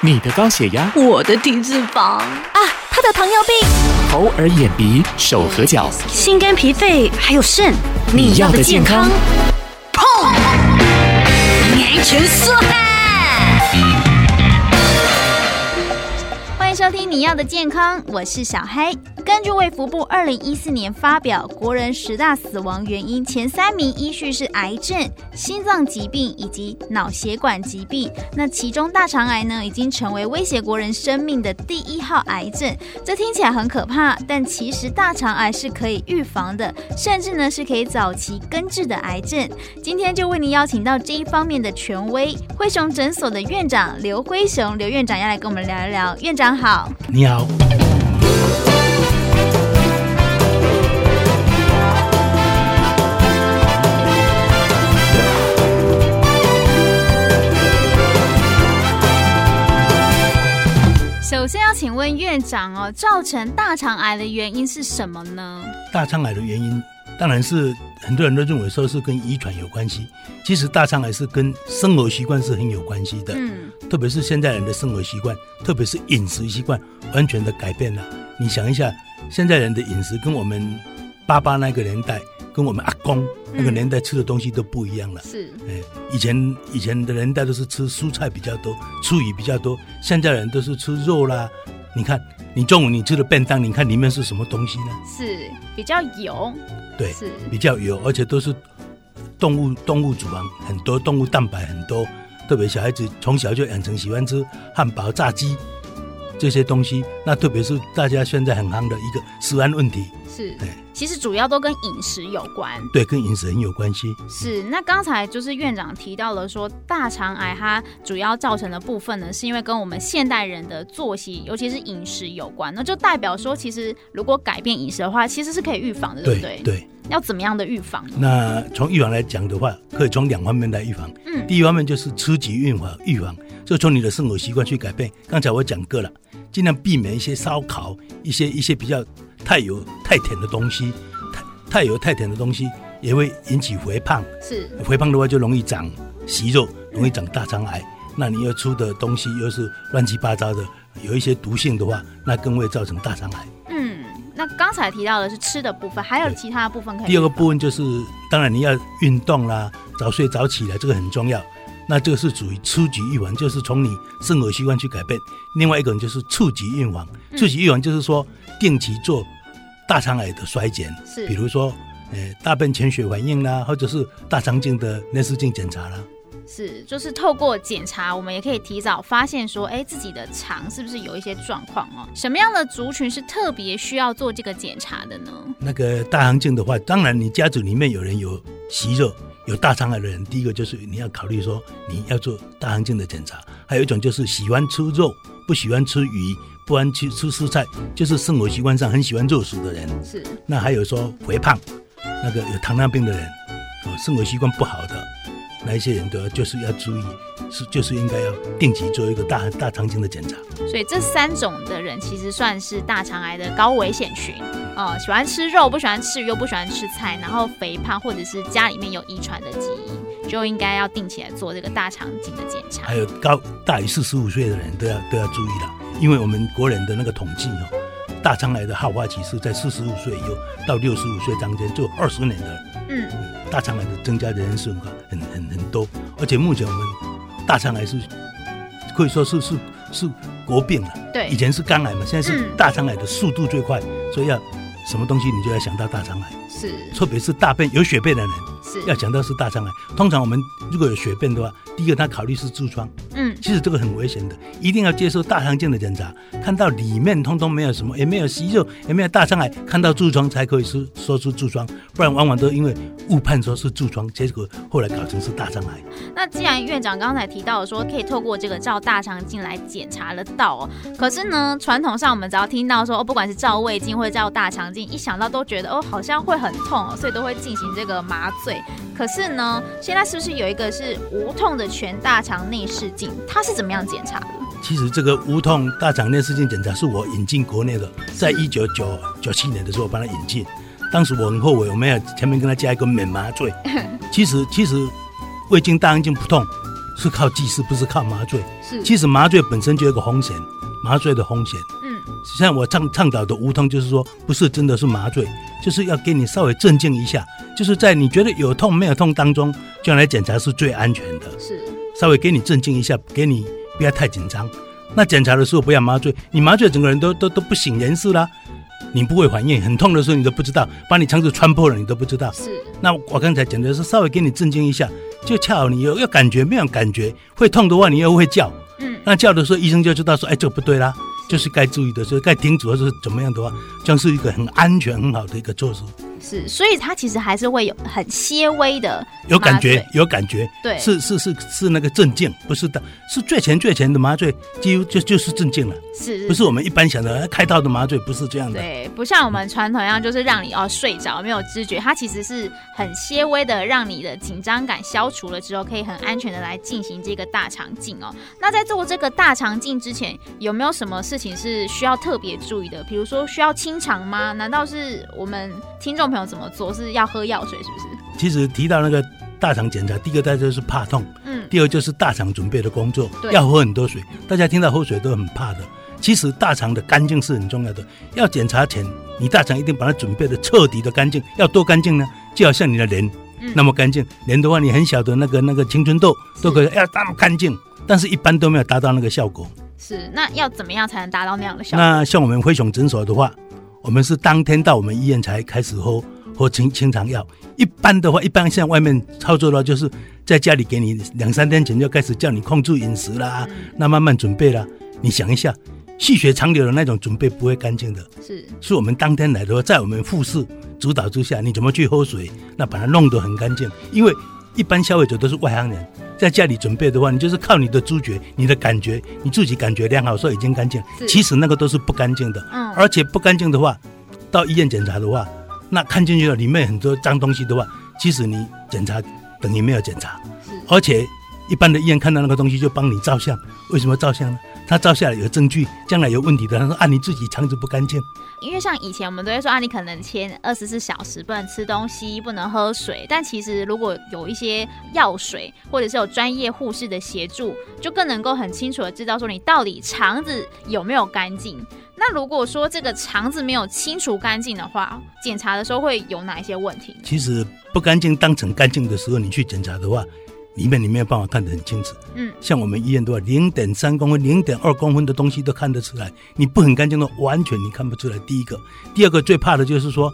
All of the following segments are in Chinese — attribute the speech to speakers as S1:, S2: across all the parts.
S1: 你的高血压、
S2: 我的体脂肪、
S3: 啊，他的糖尿病、
S1: 口耳眼鼻、手和脚，
S3: 心肝脾肺还有肾，
S1: 你要的健康。
S2: 安全说啊！
S4: 欢迎收听《你要的健康》，我是小黑。根据卫福部二零一四年发表国人十大死亡原因，前三名依序是癌症、心脏疾病以及脑血管疾病。那其中大肠癌呢，已经成为威胁国人生命的第一号癌症。这听起来很可怕，但其实大肠癌是可以预防的，甚至呢是可以早期根治的癌症。今天就为您邀请到这一方面的权威——灰熊诊所的院长刘灰熊刘院长要来跟我们聊一聊。院长好，
S5: 你好，
S4: 首先要请问院长哦，造成大肠癌的原因是什么呢？
S5: 大肠癌的原因当然是很多人都认为说是跟遗传有关系，其实大肠癌是跟生活习惯是很有关系的，
S4: 嗯，
S5: 特别是现在人的生活习惯，特别是饮食习惯完全的改变了。你想一下，现在人的饮食跟我们爸爸那个年代，跟我们阿公那个年代吃的东西都不一样了。
S4: 是
S5: 哎，以前以前的年代都是吃蔬菜比较多，吃鱼比较多，现在人都是吃肉啦。你看，你中午你吃的便当，你看里面是什么东西呢？
S4: 是比较油，
S5: 对，
S4: 是
S5: 比较油，而且都是动物动物脂肪很多，动物蛋白很多。特别小孩子从小就养成喜欢吃汉堡、炸鸡这些东西。那特别是大家现在很夯的一个食安问题，
S4: 是
S5: 对，
S4: 其实主要都跟饮食有关。
S5: 对，跟饮食很有关系。
S4: 是，那刚才就是院长提到了说，大肠癌它主要造成的部分呢，是因为跟我们现代人的作息，尤其是饮食有关。那就代表说，其实如果改变饮食的话，其实是可以预防的，对不对？
S5: 对，
S4: 要怎么样的预防呢？
S5: 那从预防来讲的话，可以从两方面来预防。
S4: 嗯
S5: 第一方面就是吃及预防，预防就从你的生活习惯去改变。刚才我讲过了，尽量避免一些烧烤，一些一些比较太油太甜的东西，太太油太甜的东西也会引起肥胖，
S4: 是
S5: 肥胖的话就容易长息肉，容易长大肠癌。那你又吃的东西又是乱七八糟的，有一些毒性的话，那更会造成大肠癌。
S4: 嗯，那刚才提到的是吃的部分，还有
S5: 对
S4: 其他的部分可以。
S5: 第二个部分就是，当然你要运动啦，早睡早起啦，这个很重要。那这个是属于初级预防，就是从你生活习惯去改变。另外一个人就是触及预防，触及预防就是说定期做大肠癌的衰检，
S4: 是
S5: 比如说呃大便潜血反应啦，或者是大肠镜的内视镜检查啦。
S4: 是，就是透过检查，我们也可以提早发现说，哎，自己的肠是不是有一些状况哦？什么样的族群是特别需要做这个检查的呢？
S5: 那个大肠镜的话，当然你家族里面有人有息肉、有大肠癌的人，第一个就是你要考虑说你要做大肠镜的检查。还有一种就是喜欢吃肉、不喜欢吃鱼、不欢吃吃蔬菜，就是生活习惯上很喜欢肉食的人。
S4: 是
S5: 那还有说肥胖，那个有糖尿病的人，哦，生活习惯不好的那一些人都要就是要注意，是就是应该要定期做一个大大肠镜的检查。
S4: 所以这三种的人其实算是大肠癌的高危险群，呃，喜欢吃肉，不喜欢吃鱼，又不喜欢吃菜，然后肥胖，或者是家里面有遗传的基因，就应该要定期来做这个大肠镜的检查
S5: 还。有高大于四十五岁的人都要都要注意了，因为我们国人的那个统计哦，大肠癌的好发期是在四十五岁以后到六十五岁当间，就二十年的
S4: 嗯，
S5: 大肠癌的增加的人数啊很很很多，而且目前我们大肠癌是可以说是是是国病了，
S4: 对
S5: 以，前是肝癌嘛，现在是
S4: 嗯
S5: 大肠癌的速度最快，所以要什么东西你就要想到大肠癌，
S4: 是
S5: 特别是大便有血便的人要
S4: 是，
S5: 讲到是大肠癌。通常我们如果有血便的话，第一个他考虑是痔疮。
S4: 嗯，
S5: 其实这个很危险的，一定要接受大肠镜的检查，看到里面通通没有什么，也没有息肉，也没有大肠癌，看到痔疮才可以是说出痔疮，不然往往都因为误判说是痔疮，结果后来搞成是大肠癌。
S4: 那既然院长刚才提到说可以透过这个照大肠镜来检查得到哦，可是呢，传统上我们只要听到说哦，不管是照胃镜或者照大肠镜，一想到都觉得哦好像会很痛哦，所以都会进行这个麻醉。可是呢，现在是不是有一个是无痛的全大肠内视镜？它是怎么样检查的？
S5: 其实这个无痛大肠内视镜检查是我引进国内的，在一九九九七年的时候我帮他引进，当时我很后悔我没有前面跟他加一个免麻醉。其实其实胃镜大肠镜不痛，是靠剂师，不是靠麻醉。
S4: 是，
S5: 其实麻醉本身就有一个风险，麻醉的风险。
S4: 嗯，
S5: 像我倡倡导的无痛，就是说不是真的是麻醉，就是要给你稍微镇静一下，就是在你觉得有痛没有痛当中，这样来检查是最安全的。
S4: 是，
S5: 稍微给你镇静一下，给你不要太紧张。那检查的时候不要麻醉，你麻醉整个人都都都不省人事啦，你不会反应，很痛的时候你都不知道，把你肠子穿破了你都不知道。
S4: 是，
S5: 那我刚才讲的是稍微给你镇静一下，就恰好你有要感觉没有感觉，会痛的话你又会叫，
S4: 嗯，
S5: 那叫的时候医生就知道说，哎，这不对啦，就是该注意的时候该停止或者是怎么样的话，将是一个很安全很好的一个措施，
S4: 是，所以它其实还是会有很些微的
S5: 有感
S4: 麻
S5: 觉
S4: 醉，
S5: 有感觉，
S4: 对，
S5: 是是是是那个镇静，不是的，是最前最前的麻醉，几乎就就是镇静了，
S4: 是
S5: 不是我们一般想的哎开刀的麻醉，不是这样
S4: 嗯
S5: 的。
S4: 对，不像我们传统一样，就是让你哦睡着没有知觉，它其实是很些微的，让你的紧张感消除了之后，可以很安全的来进行这个大肠镜哦。那在做这个大肠镜之前，有没有什么事情是需要特别注意的？比如说需要清肠吗？难道是我们听众朋友怎么做？是要喝药水是不是？
S5: 其实提到那个大肠检查，第一个大家就是怕痛，
S4: 嗯，
S5: 第二就是大肠准备的工作
S4: 对，
S5: 要喝很多水，大家听到喝水都很怕的。其实大肠的干净是很重要的，要检查前，你大肠一定把它准备的彻底的干净。要多干净呢？就好像你的脸、
S4: 嗯
S5: 那么干净，脸的话你很小的那个那个青春痘都可以要那么干净，但是一般都没有达到那个效果。
S4: 是。那要怎么样才能达到那样的效果？
S5: 那像我们灰熊诊所的话，我们是当天到我们医院才开始喝喝清清肠药。一般的话，一般像外面操作的话，就是在家里给你两三天前就开始叫你控制饮食啦，那慢慢准备啦。你想一下，细血长流的那种准备不会干净的，
S4: 是
S5: 是我们当天来的话，在我们护士主导之下，你怎么去喝水，那把它弄得很干净。因为一般消费者都是外行人，在家里准备的话，你就是靠你的知觉、你的感觉，你自己感觉良好说已经干净
S4: 是，
S5: 其实那个都是不干净的。
S4: 嗯
S5: 而且不干净的话，到医院检查的话，那看进去了里面很多脏东西的话，其实你检查等于没有检查
S4: 是，
S5: 而且一般的医院看到那个东西就帮你照相，为什么照相呢？他照下来有证据，将来有问题的，他说啊你自己肠子不干净。
S4: 因为像以前我们都会说啊，你可能前二十四小时不能吃东西，不能喝水。但其实如果有一些药水，或者是有专业护士的协助，就更能够很清楚的知道说你到底肠子有没有干净。那如果说这个肠子没有清除干净的话，检查的时候会有哪一些问题呢？
S5: 其实不干净当成干净的时候，你去检查的话，里面你没有办法看得很清楚。
S4: 嗯，
S5: 像我们医院的话，零点三公分、零点二公分的东西都看得出来，你不很干净的话，完全你看不出来。第一个，第二个最怕的就是说，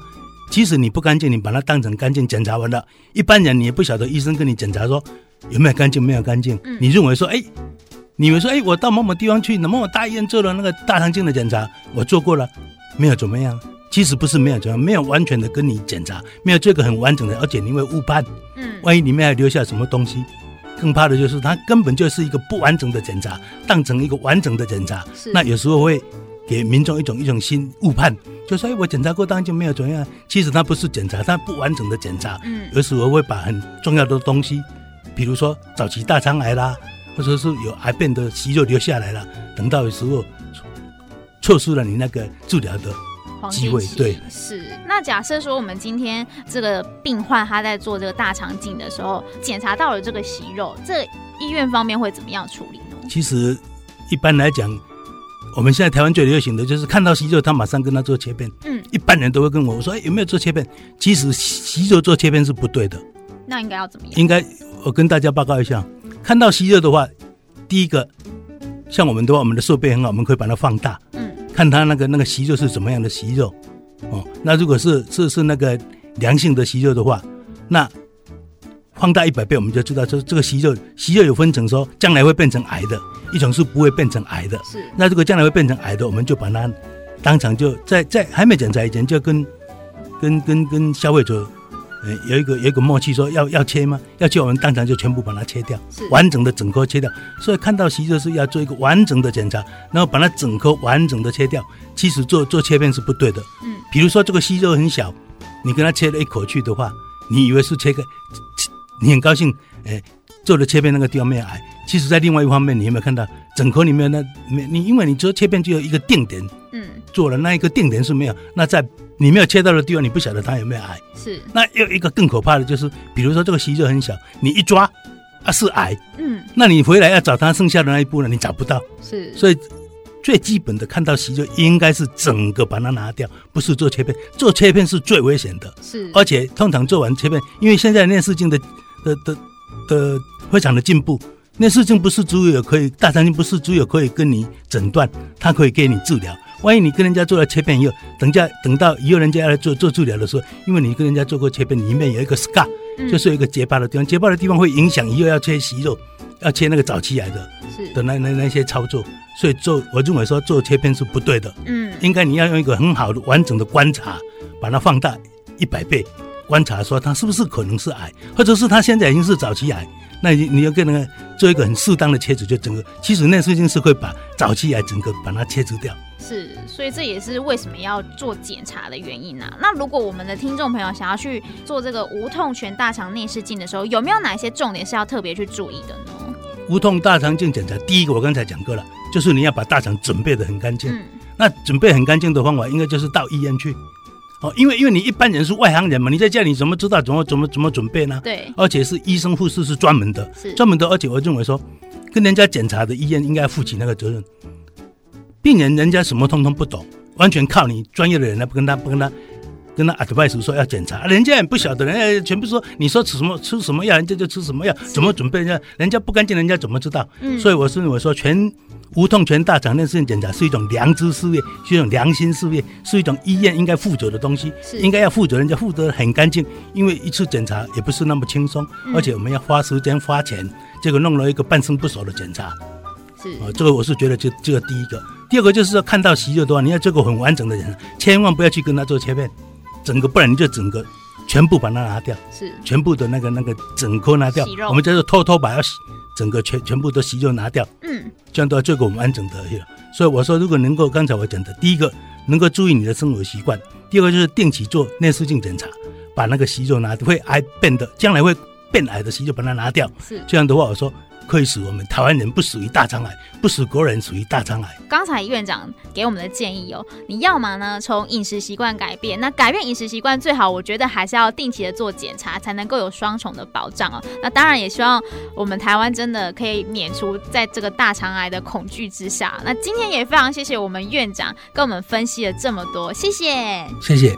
S5: 即使你不干净，你把它当成干净检查完了，一般人你也不晓得医生跟你检查说有没有干净，没有干净，
S4: 嗯
S5: 你认为说，哎。你们说，哎，我到某某地方去，某某大医院做了那个大肠镜的检查，我做过了，没有怎么样。其实不是没有怎么样，没有完全的跟你检查，没有这个很完整的，而且你会误判，
S4: 嗯，
S5: 万一里面还留下什么东西。更怕的就是它根本就是一个不完整的检查，当成一个完整的检查，
S4: 是
S5: 那有时候会给民众一种一种新误判，就说哎，我检查过，当然就没有怎样。其实它不是检查，它不完整的检查，
S4: 嗯
S5: 有时候会把很重要的东西，比如说早期大肠癌啦，或者是有癌变的息肉留下来了，等到有时候错失了你那个治疗的
S4: 黄
S5: 机
S4: 金
S5: 会
S4: 期
S5: 对
S4: 是。那假设说我们今天这个病患他在做这个大肠镜的时候，检查到了这个息肉，这医院方面会怎么样处理呢？
S5: 其实一般来讲，我们现在台湾最流行的就是看到息肉，他马上跟他做切片。
S4: 嗯，
S5: 一般人都会跟我说、哎有没有做切片？其实息肉做切片是不对的，
S4: 那应该要怎么样？
S5: 应该我跟大家报告一下，看到息肉的话，第一个，像我们的话，我们的设备很好，我们可以把它放大，
S4: 嗯，
S5: 看它那个那个息肉是怎么样的息肉。哦，那如果是是是那个良性的息肉的话，那放大一百倍，我们就知道说这个息肉息肉有分成说将来会变成癌的，一种是不会变成癌的。
S4: 是
S5: 那如果将来会变成癌的，我们就把它当场就在在还没检查以前就跟跟跟跟消费者。呃，有一个有一个默契，说要要切吗？要切，我们当场就全部把它切掉
S4: 是，
S5: 完整的整颗切掉。所以看到息肉是要做一个完整的检查，然后把它整颗完整的切掉。其实做做切片是不对的。
S4: 嗯，
S5: 比如说这个息肉很小，你跟它切了一口去的话，你以为是切个，切你很高兴，哎、做了切片那个地方没有癌。其实，在另外一方面，你有没有看到整颗里面那没你，因为你做切片就有一个定点
S4: 嗯
S5: 做了，那一个定点是没有，那在你没有切到的地方，你不晓得它有没有癌。
S4: 是
S5: 那又一个更可怕的就是，比如说这个息肉很小，你一抓，啊是癌，
S4: 嗯，
S5: 那你回来要找他剩下的那一部呢，你找不到，
S4: 是
S5: 所以。最基本的看到息肉应该是整个把它拿掉，不是做切片。做切片是最危险的，
S4: 是，
S5: 而且通常做完切片，因为现在内视镜的的的的非常的进步，内视镜不是只有可以大肠镜不是只有可以跟你诊断，它可以给你治疗。万一你跟人家做了切片以后，等下等到以后人家要来做做治疗的时候，因为你跟人家做过切片，里面有一个 scar，
S4: 嗯
S5: 就是有一个结疤的地方，结疤的地方会影响以后要切息肉，要切那个早期癌的
S4: 是
S5: 的那那那些操作。所以做，我认为说做切片是不对的。
S4: 嗯
S5: 应该你要用一个很好的、完整的观察，把它放大一百倍，观察说它是不是可能是癌，或者是它现在已经是早期癌，那你你要跟那个做一个很适当的切除，就整个其实内视镜是会把早期癌整个把它切除掉。
S4: 是，所以这也是为什么要做检查的原因啊。那如果我们的听众朋友想要去做这个无痛全大肠内视镜的时候，有没有哪些重点是要特别去注意的呢？
S5: 无痛大肠镜检查，第一个我刚才讲过了，就是你要把大肠准备的很干净。
S4: 嗯，
S5: 那准备很干净的方法，应该就是到医院去。哦，因为因为你一般人是外行人嘛，你在家里怎么知道怎么怎么怎么准备呢？
S4: 对，
S5: 而且是医生护士是专门的
S4: 是，
S5: 专门的，而且我认为说，跟人家检查的医院应该负起那个责任。病人人家什么通通不懂，完全靠你专业的人来跟他不跟他跟他 advice 说要检查，啊人家也不晓得，人家全部说你说吃什么吃什么药，人家就吃什么药，怎么准备人家人家不干净，人家怎么知道？
S4: 嗯
S5: 所以我是认为说全。无痛全大肠内视镜检查是一种良知事业，是一种良心事业，是一种医院应该负责的东西。
S4: 是
S5: 应该要负责任，要负责很干净，因为一次检查也不是那么轻松，
S4: 嗯
S5: 而且我们要花时间花钱，结果弄了一个半生不熟的检查啊、
S4: 是
S5: 这个我是觉得这这个第一个，第二个就是说看到息肉的话，你要做个很完整的检查，千万不要去跟他做切片，整个不然你就整个全部把它拿掉，
S4: 是，
S5: 全部的那个那个整颗拿掉
S4: 息肉，
S5: 我们叫做偷偷把它洗整个全全部的息肉拿掉，
S4: 嗯
S5: 这样都要做个我们完整的那个。所以我说，如果能够刚才我讲的，第一个能够注意你的生活习惯，第二个就是定期做内视镜检查，把那个息肉拿会癌变的，将来会变癌的息肉把它拿掉。
S4: 是。
S5: 这样的话，我说可以使我们台湾人不属于大肠癌，不使国人属于大肠癌。
S4: 刚才院长给我们的建议哦，你要么呢从饮食习惯改变，那改变饮食习惯最好，我觉得还是要定期的做检查，才能够有双重的保障哦。那当然也希望我们台湾真的可以免除在这个大肠癌的恐惧之下。那今天也非常谢谢我们院长跟我们分析了这么多，谢谢。
S5: 谢谢。